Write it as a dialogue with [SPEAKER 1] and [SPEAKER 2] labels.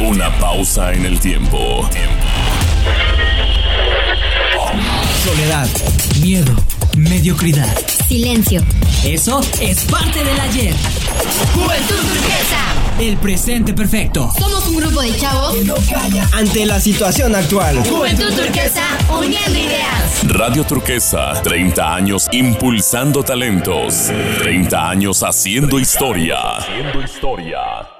[SPEAKER 1] Una pausa en el tiempo.
[SPEAKER 2] Soledad, miedo, mediocridad.
[SPEAKER 3] Silencio.
[SPEAKER 2] Eso es parte del ayer.
[SPEAKER 3] Juventud Turquesa.
[SPEAKER 2] El presente perfecto.
[SPEAKER 3] Somos un grupo de chavos.
[SPEAKER 4] Ante la situación actual.
[SPEAKER 3] Juventud Turquesa, uniendo ideas.
[SPEAKER 1] Radio Turquesa, 30 años impulsando talentos. 30 años haciendo historia. Haciendo historia.